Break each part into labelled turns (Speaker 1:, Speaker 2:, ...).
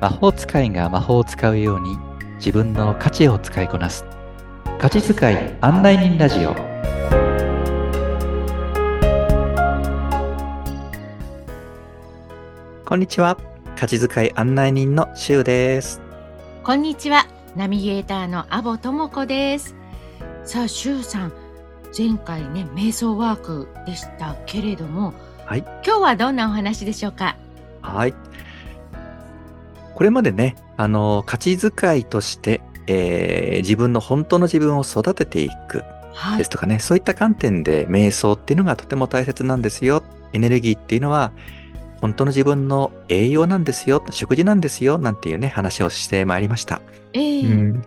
Speaker 1: 魔法使いが魔法を使うように自分の価値を使いこなす価値使い案内人ラジオこんにちは価値使い案内人のしゅうです
Speaker 2: こんにちは、ナビゲーターのアボともこです。さあ、しゅうさん、前回ね、瞑想ワークでしたけれども、
Speaker 1: はい
Speaker 2: 今日はどんなお話でしょうか。
Speaker 1: はいこれまでねあの価値使いとして、えー自分の本当の自分を育てていく
Speaker 2: は
Speaker 1: で
Speaker 2: い
Speaker 1: す、とかね、そういった観点で瞑想っていうのがとても大切なんですよ。エネルギーっていうのは本当の自分の栄養なんですよ、食事なんですよ、なんていうね、話をしてまいりました。
Speaker 2: えー
Speaker 1: うん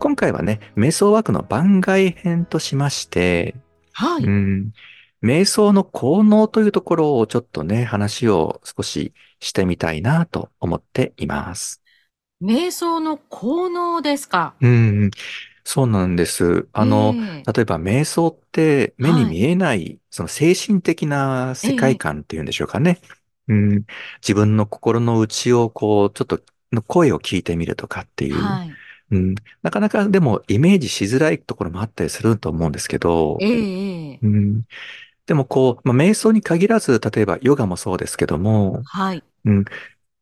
Speaker 1: 今回はね、瞑想ワークの番外編としまして、
Speaker 2: はい、
Speaker 1: うん、瞑想の効能というところをちょっとね、話を少ししてみたいなと思っています。
Speaker 2: 瞑想の効能ですか。
Speaker 1: うん、そうなんです。あの、
Speaker 2: えー
Speaker 1: 例えば瞑想って目に
Speaker 2: はい
Speaker 1: 見えない、その精神的な世界観っていうんでしょうかね。うん、自分の心の内をこう、ちょっとの声を聞いてみるとかっていう、
Speaker 2: はい、
Speaker 1: うん、なかなかでもイメージしづらいところもあったりすると思うんですけど
Speaker 2: え、ーえー
Speaker 1: うん、でもこう、まあ、瞑想に限らず、例えばヨガもそうですけども、
Speaker 2: はい、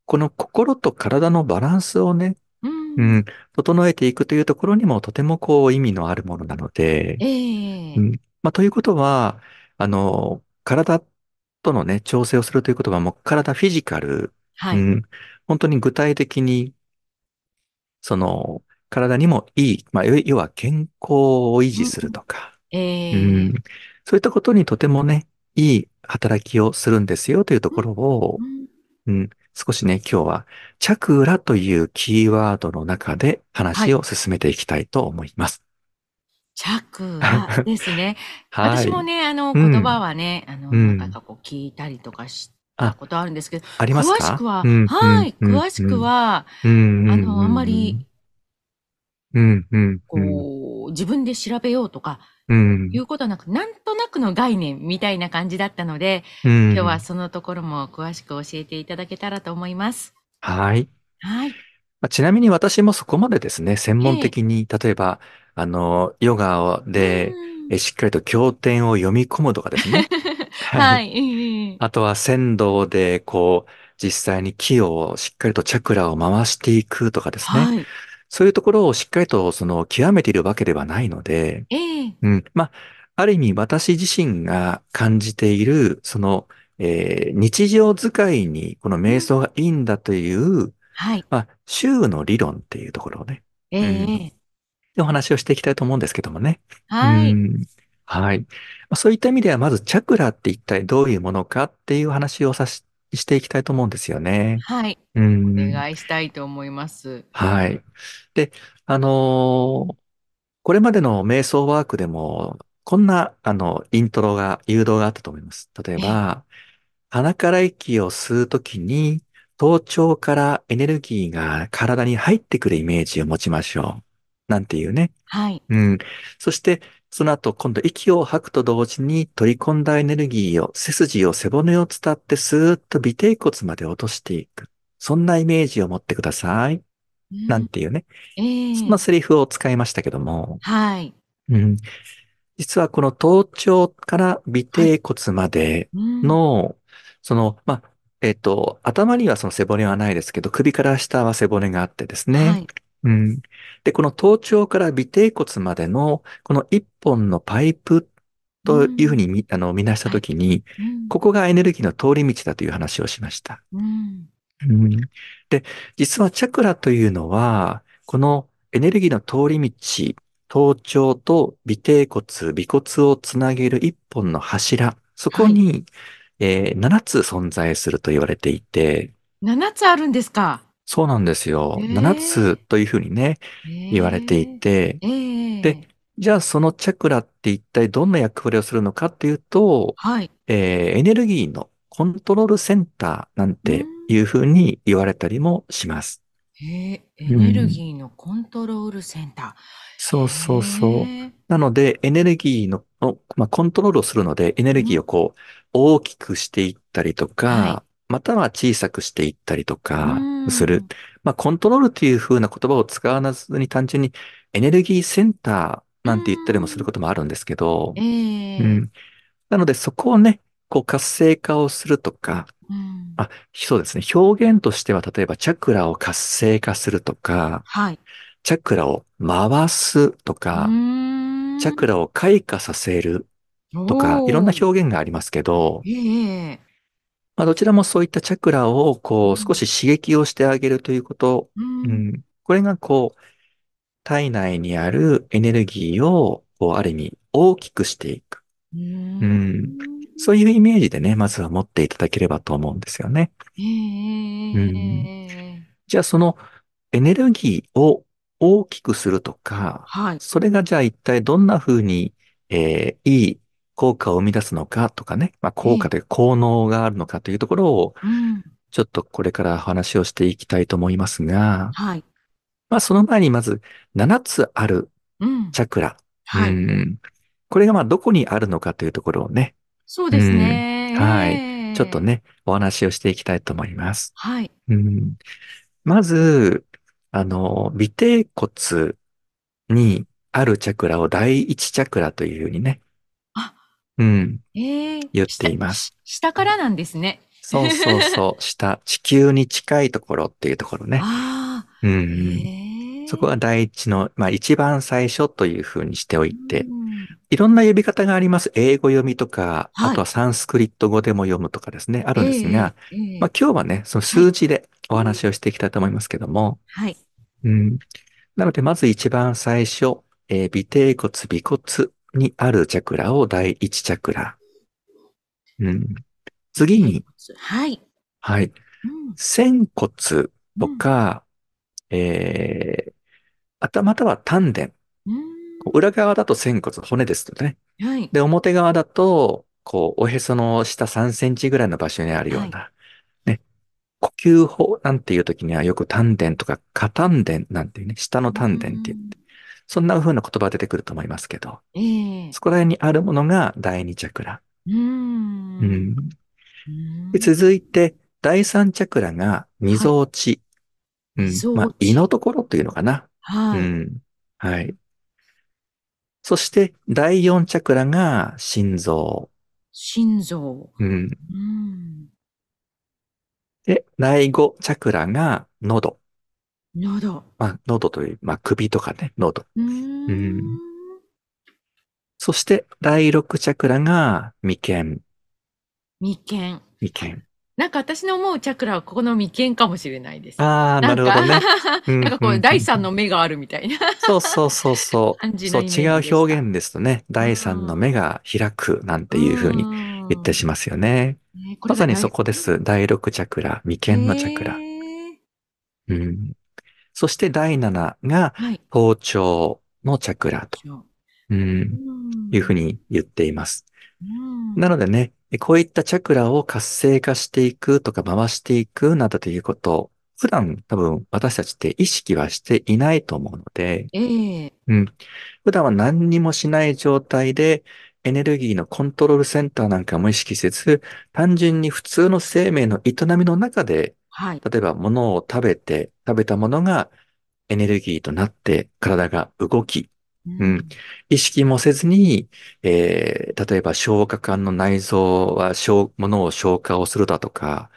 Speaker 1: この心と体のバランスをね、
Speaker 2: うん
Speaker 1: うん、整えていくというところにもとてもこう意味のあるものなので
Speaker 2: え、ー
Speaker 1: うんまあ、ということは、あの、体とのね、調整をするということはもう体フィジカル、
Speaker 2: は
Speaker 1: う
Speaker 2: い、
Speaker 1: ん、本当に具体的に、その、体にもいい、まあ、要要は健康を維持するとか、
Speaker 2: ええ
Speaker 1: うん、そういったことにとてもね、いい働きをするんですよというところを
Speaker 2: う、ん
Speaker 1: うん、少しね、今日は、チャクラというキーワードの中で話を進めていきたいと思います。
Speaker 2: チャクラですね。
Speaker 1: はい。
Speaker 2: 私もね、あの、
Speaker 1: うん
Speaker 2: 言葉はね、あの、
Speaker 1: うん
Speaker 2: なんかこう聞いたりとかしたことあるんですけど、
Speaker 1: ありますか
Speaker 2: 詳しくは、
Speaker 1: うん
Speaker 2: はい、
Speaker 1: うん
Speaker 2: 詳しくは、
Speaker 1: うん、うん
Speaker 2: あの、あんまり、、
Speaker 1: うん、うん、うん
Speaker 2: こう、自分で調べようとか、
Speaker 1: うん、
Speaker 2: いうことはなく、なんとなくの概念みたいな感じだったので、
Speaker 1: 今
Speaker 2: 今日は、そのところも詳しく教えていただけたらと思います。
Speaker 1: はい。
Speaker 2: はい。
Speaker 1: まあちなみに私もそこまでですね、専門的に、例えば、あの、ヨガをで、
Speaker 2: うん
Speaker 1: えしっかりと経典を読み込むとかです ね。
Speaker 2: は。い。
Speaker 1: あとは仙道で、こう、実際に木をしっかりとチャクラを回していくとかですね。
Speaker 2: はい。
Speaker 1: そういうところをしっかりとその極めているわけではないので、
Speaker 2: ええ。
Speaker 1: うん。まあ、ある意味私自身が感じている、その、えー日常使いにこの瞑想がいいんだという、
Speaker 2: はい。
Speaker 1: まあ、周の理論っていうところをね、
Speaker 2: え
Speaker 1: うん
Speaker 2: え。
Speaker 1: お話をしていきたいと思うんですけどもね。
Speaker 2: は
Speaker 1: う
Speaker 2: い。
Speaker 1: んはい。まあそういった意味では、まずチャクラって一体どういうものかっていう話をさし、していきたいと思うんですよね。
Speaker 2: はい。
Speaker 1: うん。
Speaker 2: お願いしたいと思います。
Speaker 1: はい。で、あのーこれまでの瞑想ワークでも、こんな、あの、イントロが、誘導があったと思います。例えば、鼻から息を吸うときに、頭頂からエネルギーが体に入ってくるイメージを持ちましょう。なんていうね。
Speaker 2: はい。
Speaker 1: うん。そして、その後、今度息を吐くと同時に取り込んだエネルギーを、背筋を背骨を伝ってスーッと尾低骨まで落としていく。そんなイメージを持ってください。
Speaker 2: うん
Speaker 1: なんていうね。
Speaker 2: ええ。
Speaker 1: そんなセリフを使いましたけども、
Speaker 2: はい。
Speaker 1: うん、実はこの頭頂から尾低骨まで
Speaker 2: うん
Speaker 1: の、その、まあ、えっと、頭にはその背骨はないですけど、首から下は背骨があってですね。
Speaker 2: はい。
Speaker 1: うん、で、この頭頂から尾低骨までの、この一本のパイプというふうにみ、あの見なしたときに、
Speaker 2: うん
Speaker 1: ここがエネルギーの通り道だという話をしました。
Speaker 2: うん
Speaker 1: うんで、実はチャクラというのは、このエネルギーの通り道、頭頂と尾低骨、尾骨をつなげる一本の柱、そこに、えー7つ存在すると言われていて、
Speaker 2: 7つあるんですか。
Speaker 1: そうなんですよ。
Speaker 2: へー
Speaker 1: 7つというふうにね、言
Speaker 2: 言
Speaker 1: われてい。て、
Speaker 2: ええ
Speaker 1: でじゃあそのチャクラって一体どんな役割をするのかっていうと、
Speaker 2: はい。
Speaker 1: えーエネルギーのコントロールセンターなんていうふうに言われたりもします。
Speaker 2: へえエネルギーのコントロールセンター。
Speaker 1: そうそうそう。
Speaker 2: へえ
Speaker 1: なので、エネルギーの、のまあ、コントロールをするので、エネルギーをこう、大きくしていったりとか、
Speaker 2: は
Speaker 1: または小さくしていったりとか
Speaker 2: うん
Speaker 1: する。まあ、コントロールっていう風な言葉を使わずに単純にエネルギーセンターなんて言ったりもすることもあるんですけど、
Speaker 2: ええ
Speaker 1: うん。なのでそこをね、こう活性化をするとか、
Speaker 2: うん
Speaker 1: あ、そうですね。表現としては、例えばチャクラを活性化するとか、
Speaker 2: はい。
Speaker 1: チャクラを回すと
Speaker 2: う
Speaker 1: か、
Speaker 2: ーん
Speaker 1: チャクラを開花させるとか、いろんな表現がありますけど、
Speaker 2: おーええ
Speaker 1: まあ、どちらもそういったチャクラを、こう、少し刺激をしてあげるということ、
Speaker 2: うん
Speaker 1: うん、これが、こう、体内にあるエネルギーを、こう、ある意味、大きくしていく。
Speaker 2: うーん
Speaker 1: うんそういうイメージでね、まずは持っていただければと思うんですよね。
Speaker 2: ええ
Speaker 1: うんじゃあ、そのエネルギーを大きくするとか、
Speaker 2: はい。
Speaker 1: それがじゃあ一体どんな風に、えーいい効果を生み出すのかとかね、まあ、効果というか効能があるのかというところを、
Speaker 2: うん
Speaker 1: ちょっとこれからお話をしていきたいと思いますが、
Speaker 2: はい。
Speaker 1: まあ、その前にまず7つある
Speaker 2: うん
Speaker 1: チャクラ。
Speaker 2: は
Speaker 1: う
Speaker 2: い。
Speaker 1: んこれがまあどこにあるのかというところをね、
Speaker 2: そうですね。
Speaker 1: うんはい
Speaker 2: ええ
Speaker 1: ちょっと。ね、お話をしていきたいと思います。
Speaker 2: はい。
Speaker 1: うんまず、あの、尾てい骨にあるチャクラを第一チャクラというふうにね。
Speaker 2: あ
Speaker 1: うん。
Speaker 2: ええ
Speaker 1: 言っています
Speaker 2: 下。下からなんですね。
Speaker 1: そうそうそう。下、地球に近いところっていうところね。
Speaker 2: ああ。
Speaker 1: うんう
Speaker 2: え
Speaker 1: ん。
Speaker 2: え
Speaker 1: そこが第一の、まあ一番最初というふうにしておいて
Speaker 2: う、ん
Speaker 1: いろんな呼び方があります。英語読みとか、
Speaker 2: はい
Speaker 1: あとはサンスクリット語でも読むとかですね、あるんですが、
Speaker 2: ええええ
Speaker 1: まあ今日はね、その数字でお話をしていきたいと思いますけども、
Speaker 2: はい。
Speaker 1: うん。なので、まず一番最初、えー尾てい骨、尾骨にあるチャクラを第一チャクラ。うん。次に、
Speaker 2: はい。
Speaker 1: はい、
Speaker 2: うん
Speaker 1: 仙骨とか、えー、頭または丹田。
Speaker 2: うん
Speaker 1: 裏側だと仙骨、骨ですよね。
Speaker 2: はい。
Speaker 1: で、表側だと、こう、おへその下3センチぐらいの場所にあるような、ね。呼吸法なんていう時にはよく丹田とか、下丹田なんていうね、下の丹田っていう。そんな風な言葉出てくると思いますけど、
Speaker 2: うんええ
Speaker 1: そこら辺にあるものが第二チャクラ。
Speaker 2: うん
Speaker 1: うん
Speaker 2: うん
Speaker 1: で続いて、第三チャクラが二臓地。うん
Speaker 2: 二臓地
Speaker 1: まあ、胃のところというのかな。
Speaker 2: は
Speaker 1: う
Speaker 2: い。
Speaker 1: んはい。そして、第四チャクラが心臓。
Speaker 2: 心臓。
Speaker 1: うん
Speaker 2: うん
Speaker 1: で、第五チャクラが喉。
Speaker 2: 喉。
Speaker 1: まあ、喉という、まあ、首とかね、喉。
Speaker 2: う
Speaker 1: うん
Speaker 2: ん
Speaker 1: そして、第六チャクラが眉間。
Speaker 2: 眉間。
Speaker 1: 眉間。
Speaker 2: なんか私の思うチャクラはここの眉間かもしれないです。
Speaker 1: ああ、なるほどね。
Speaker 2: なんかなんかこ
Speaker 1: うんうんう
Speaker 2: う、
Speaker 1: ん
Speaker 2: 第三の目があるみたいな。
Speaker 1: そうそうそうそう。
Speaker 2: 感じの
Speaker 1: そう、
Speaker 2: イメージ
Speaker 1: 違
Speaker 2: でした
Speaker 1: う表現ですとね、第三の目が開くなんていうふうに言ってしまいますよね。
Speaker 2: うん。ねこれ
Speaker 1: ま
Speaker 2: が
Speaker 1: さにそこです。第六チャクラ、眉間のチャクラ
Speaker 2: へ。ー
Speaker 1: うん、そして第七が
Speaker 2: はい。
Speaker 1: 頭頂のチャクラと、う、
Speaker 2: うんん
Speaker 1: いうふうに言っています。
Speaker 2: うん
Speaker 1: なのでね、こういったチャクラを活性化していくとか回していくなどということ、普段多分私たちって意識はしていないと思うので、
Speaker 2: ええ
Speaker 1: 普段は何にもしない状態で、エネルギーのコントロールセンターなんかも意識せず、単純に普通の生命の営みの中で、
Speaker 2: はい。
Speaker 1: 例えば物を食べて、食べたものがエネルギーとなって体が動き、うん意識もせずに、えー例えば消化管の内臓は消物を消化をするだとか、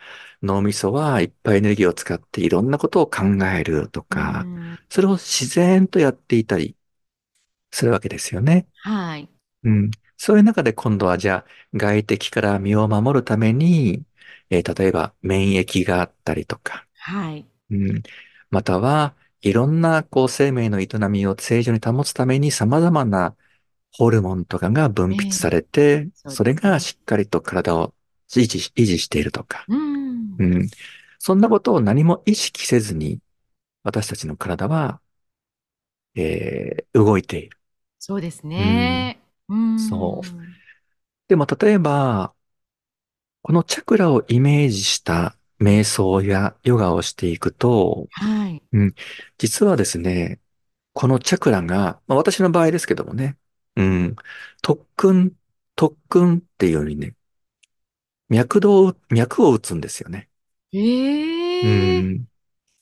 Speaker 1: 脳みそはいっぱいエネルギーを使っていろんなことを考えるとか、
Speaker 2: うん
Speaker 1: それを自然とやっていたりするわけですよね。
Speaker 2: はい。
Speaker 1: うん。そういう中で今度はじゃあ外敵から身を守るために、えー例えば免疫があったりとか、
Speaker 2: はい。
Speaker 1: うん。またはいろんなこう生命の営みを正常に保つために様々なホルモンとかが分泌されて、
Speaker 2: ええ
Speaker 1: それがしっかりと体を維持し維持しているとか、
Speaker 2: うん
Speaker 1: う。ん。そんなことを何も意識せずに、私たちの体は、えー動いている。
Speaker 2: そうですね。うん
Speaker 1: そでも、例えば、このチャクラをイメージした瞑想やヨガをしていくと、
Speaker 2: はい。
Speaker 1: 実はですね、このチャクラが、まあ、私の場合ですけどもね、うん、特訓、特訓っていうよりね、脈動、脈を打つんですよね。
Speaker 2: え
Speaker 1: う
Speaker 2: え
Speaker 1: ん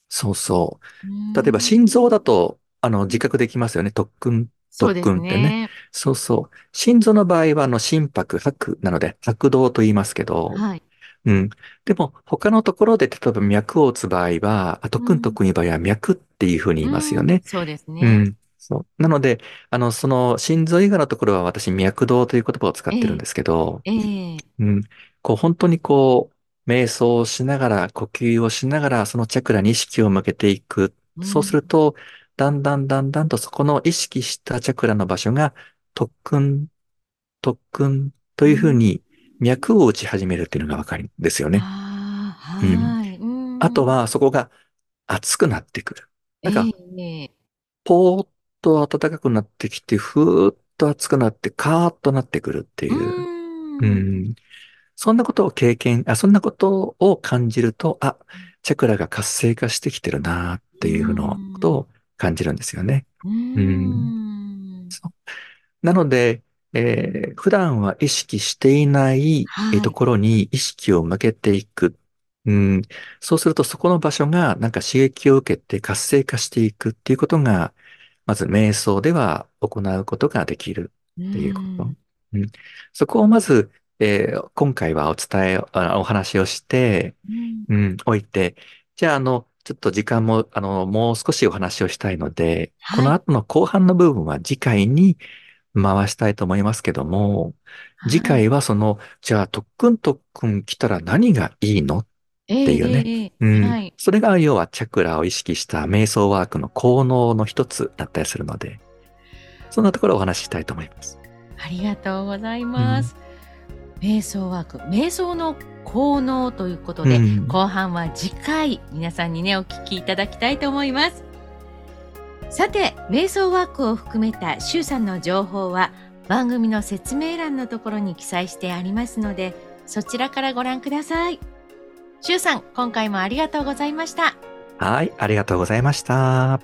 Speaker 1: そうそうう。例えば
Speaker 2: ん
Speaker 1: 心臓だと、あの、自覚できますよね。特訓、
Speaker 2: そう
Speaker 1: 特
Speaker 2: です
Speaker 1: 訓ってね。
Speaker 2: ね。
Speaker 1: そうそう。心臓の場合は、あの、心拍、拍なので、拍動と言いますけど、
Speaker 2: はい。
Speaker 1: うん。でも、他のところで、例えば脈を打つ場合は、あ
Speaker 2: う
Speaker 1: 特訓
Speaker 2: ん、
Speaker 1: 特訓の場合は脈っていうふうに言いますよ
Speaker 2: うん、
Speaker 1: ね。
Speaker 2: そうです
Speaker 1: う
Speaker 2: ね。
Speaker 1: ん。そう。なので、あの、その、心臓以外のところは私、脈動という言葉を使ってるん
Speaker 2: ええ、
Speaker 1: ですけど、
Speaker 2: ええ、
Speaker 1: うん。こう、本当にこう、瞑想をしながら、呼吸をしながら、そのチャクラに意識を向けていく。
Speaker 2: う
Speaker 1: そうする
Speaker 2: ん、
Speaker 1: と、だんだんだんだんとそこの意識したチャクラの場所が、特訓、特訓と
Speaker 2: う。
Speaker 1: いうふうんに脈を打ち始めるっていうのがわかるんですよね。
Speaker 2: あ
Speaker 1: うん。
Speaker 2: あ、はい、う
Speaker 1: あと
Speaker 2: ん、
Speaker 1: は、そこが熱くなってくる。なんか、
Speaker 2: ええ、
Speaker 1: ぽーっと暖かくなってきて、ふーっと熱くなって、カーッとなってくるって
Speaker 2: う、
Speaker 1: いう。うんん。そんなことを経験、あ、そんなことを感じると、あ、チャクラが活性化してきてるなっ
Speaker 2: う
Speaker 1: ていうふうなこと
Speaker 2: ん、
Speaker 1: を感じるんですよね。
Speaker 2: う
Speaker 1: うん。
Speaker 2: ん、
Speaker 1: そうなので、えー普段は意識していないえー
Speaker 2: は
Speaker 1: と
Speaker 2: い、
Speaker 1: ころに意識を向けていく。うん、そうするとそこの場所がなんか刺激を受けて活性化していくっていうことが、まず瞑想では行うことができる
Speaker 2: う
Speaker 1: っていうこと。
Speaker 2: ん、
Speaker 1: うん、そこをまず、えー今回はお伝え、あお話をして、
Speaker 2: うん、
Speaker 1: うん、おいて、じゃあ、あの、ちょっと時間も、あの、もう少しお話をしたいので、こ
Speaker 2: は
Speaker 1: の
Speaker 2: い、
Speaker 1: 後の後半の部分は次回に回したいと思いますけども、次
Speaker 2: はい、
Speaker 1: 回はその、じゃあ、特訓特訓来たら何がいいのっ
Speaker 2: え
Speaker 1: ていうね。
Speaker 2: え、ええ
Speaker 1: うん。
Speaker 2: はい、
Speaker 1: それが、要は、チャクラを意識した瞑想ワークの効能の一つだったりするので、そんなところをお話ししたいと思います。
Speaker 2: ありがとうございうま
Speaker 1: ん。
Speaker 2: す。瞑想ワーク瞑想の効能ということ
Speaker 1: う
Speaker 2: で
Speaker 1: ん。
Speaker 2: 後半は次回皆さんにねお聞きいただきたいと思いますさて瞑想ワークを含めたしゅうさんの情報は番組の説明欄のところに記載してありますのでそちらからご覧くださいしゅうさん今回もありがとうございました
Speaker 1: はい、ありがとうございました。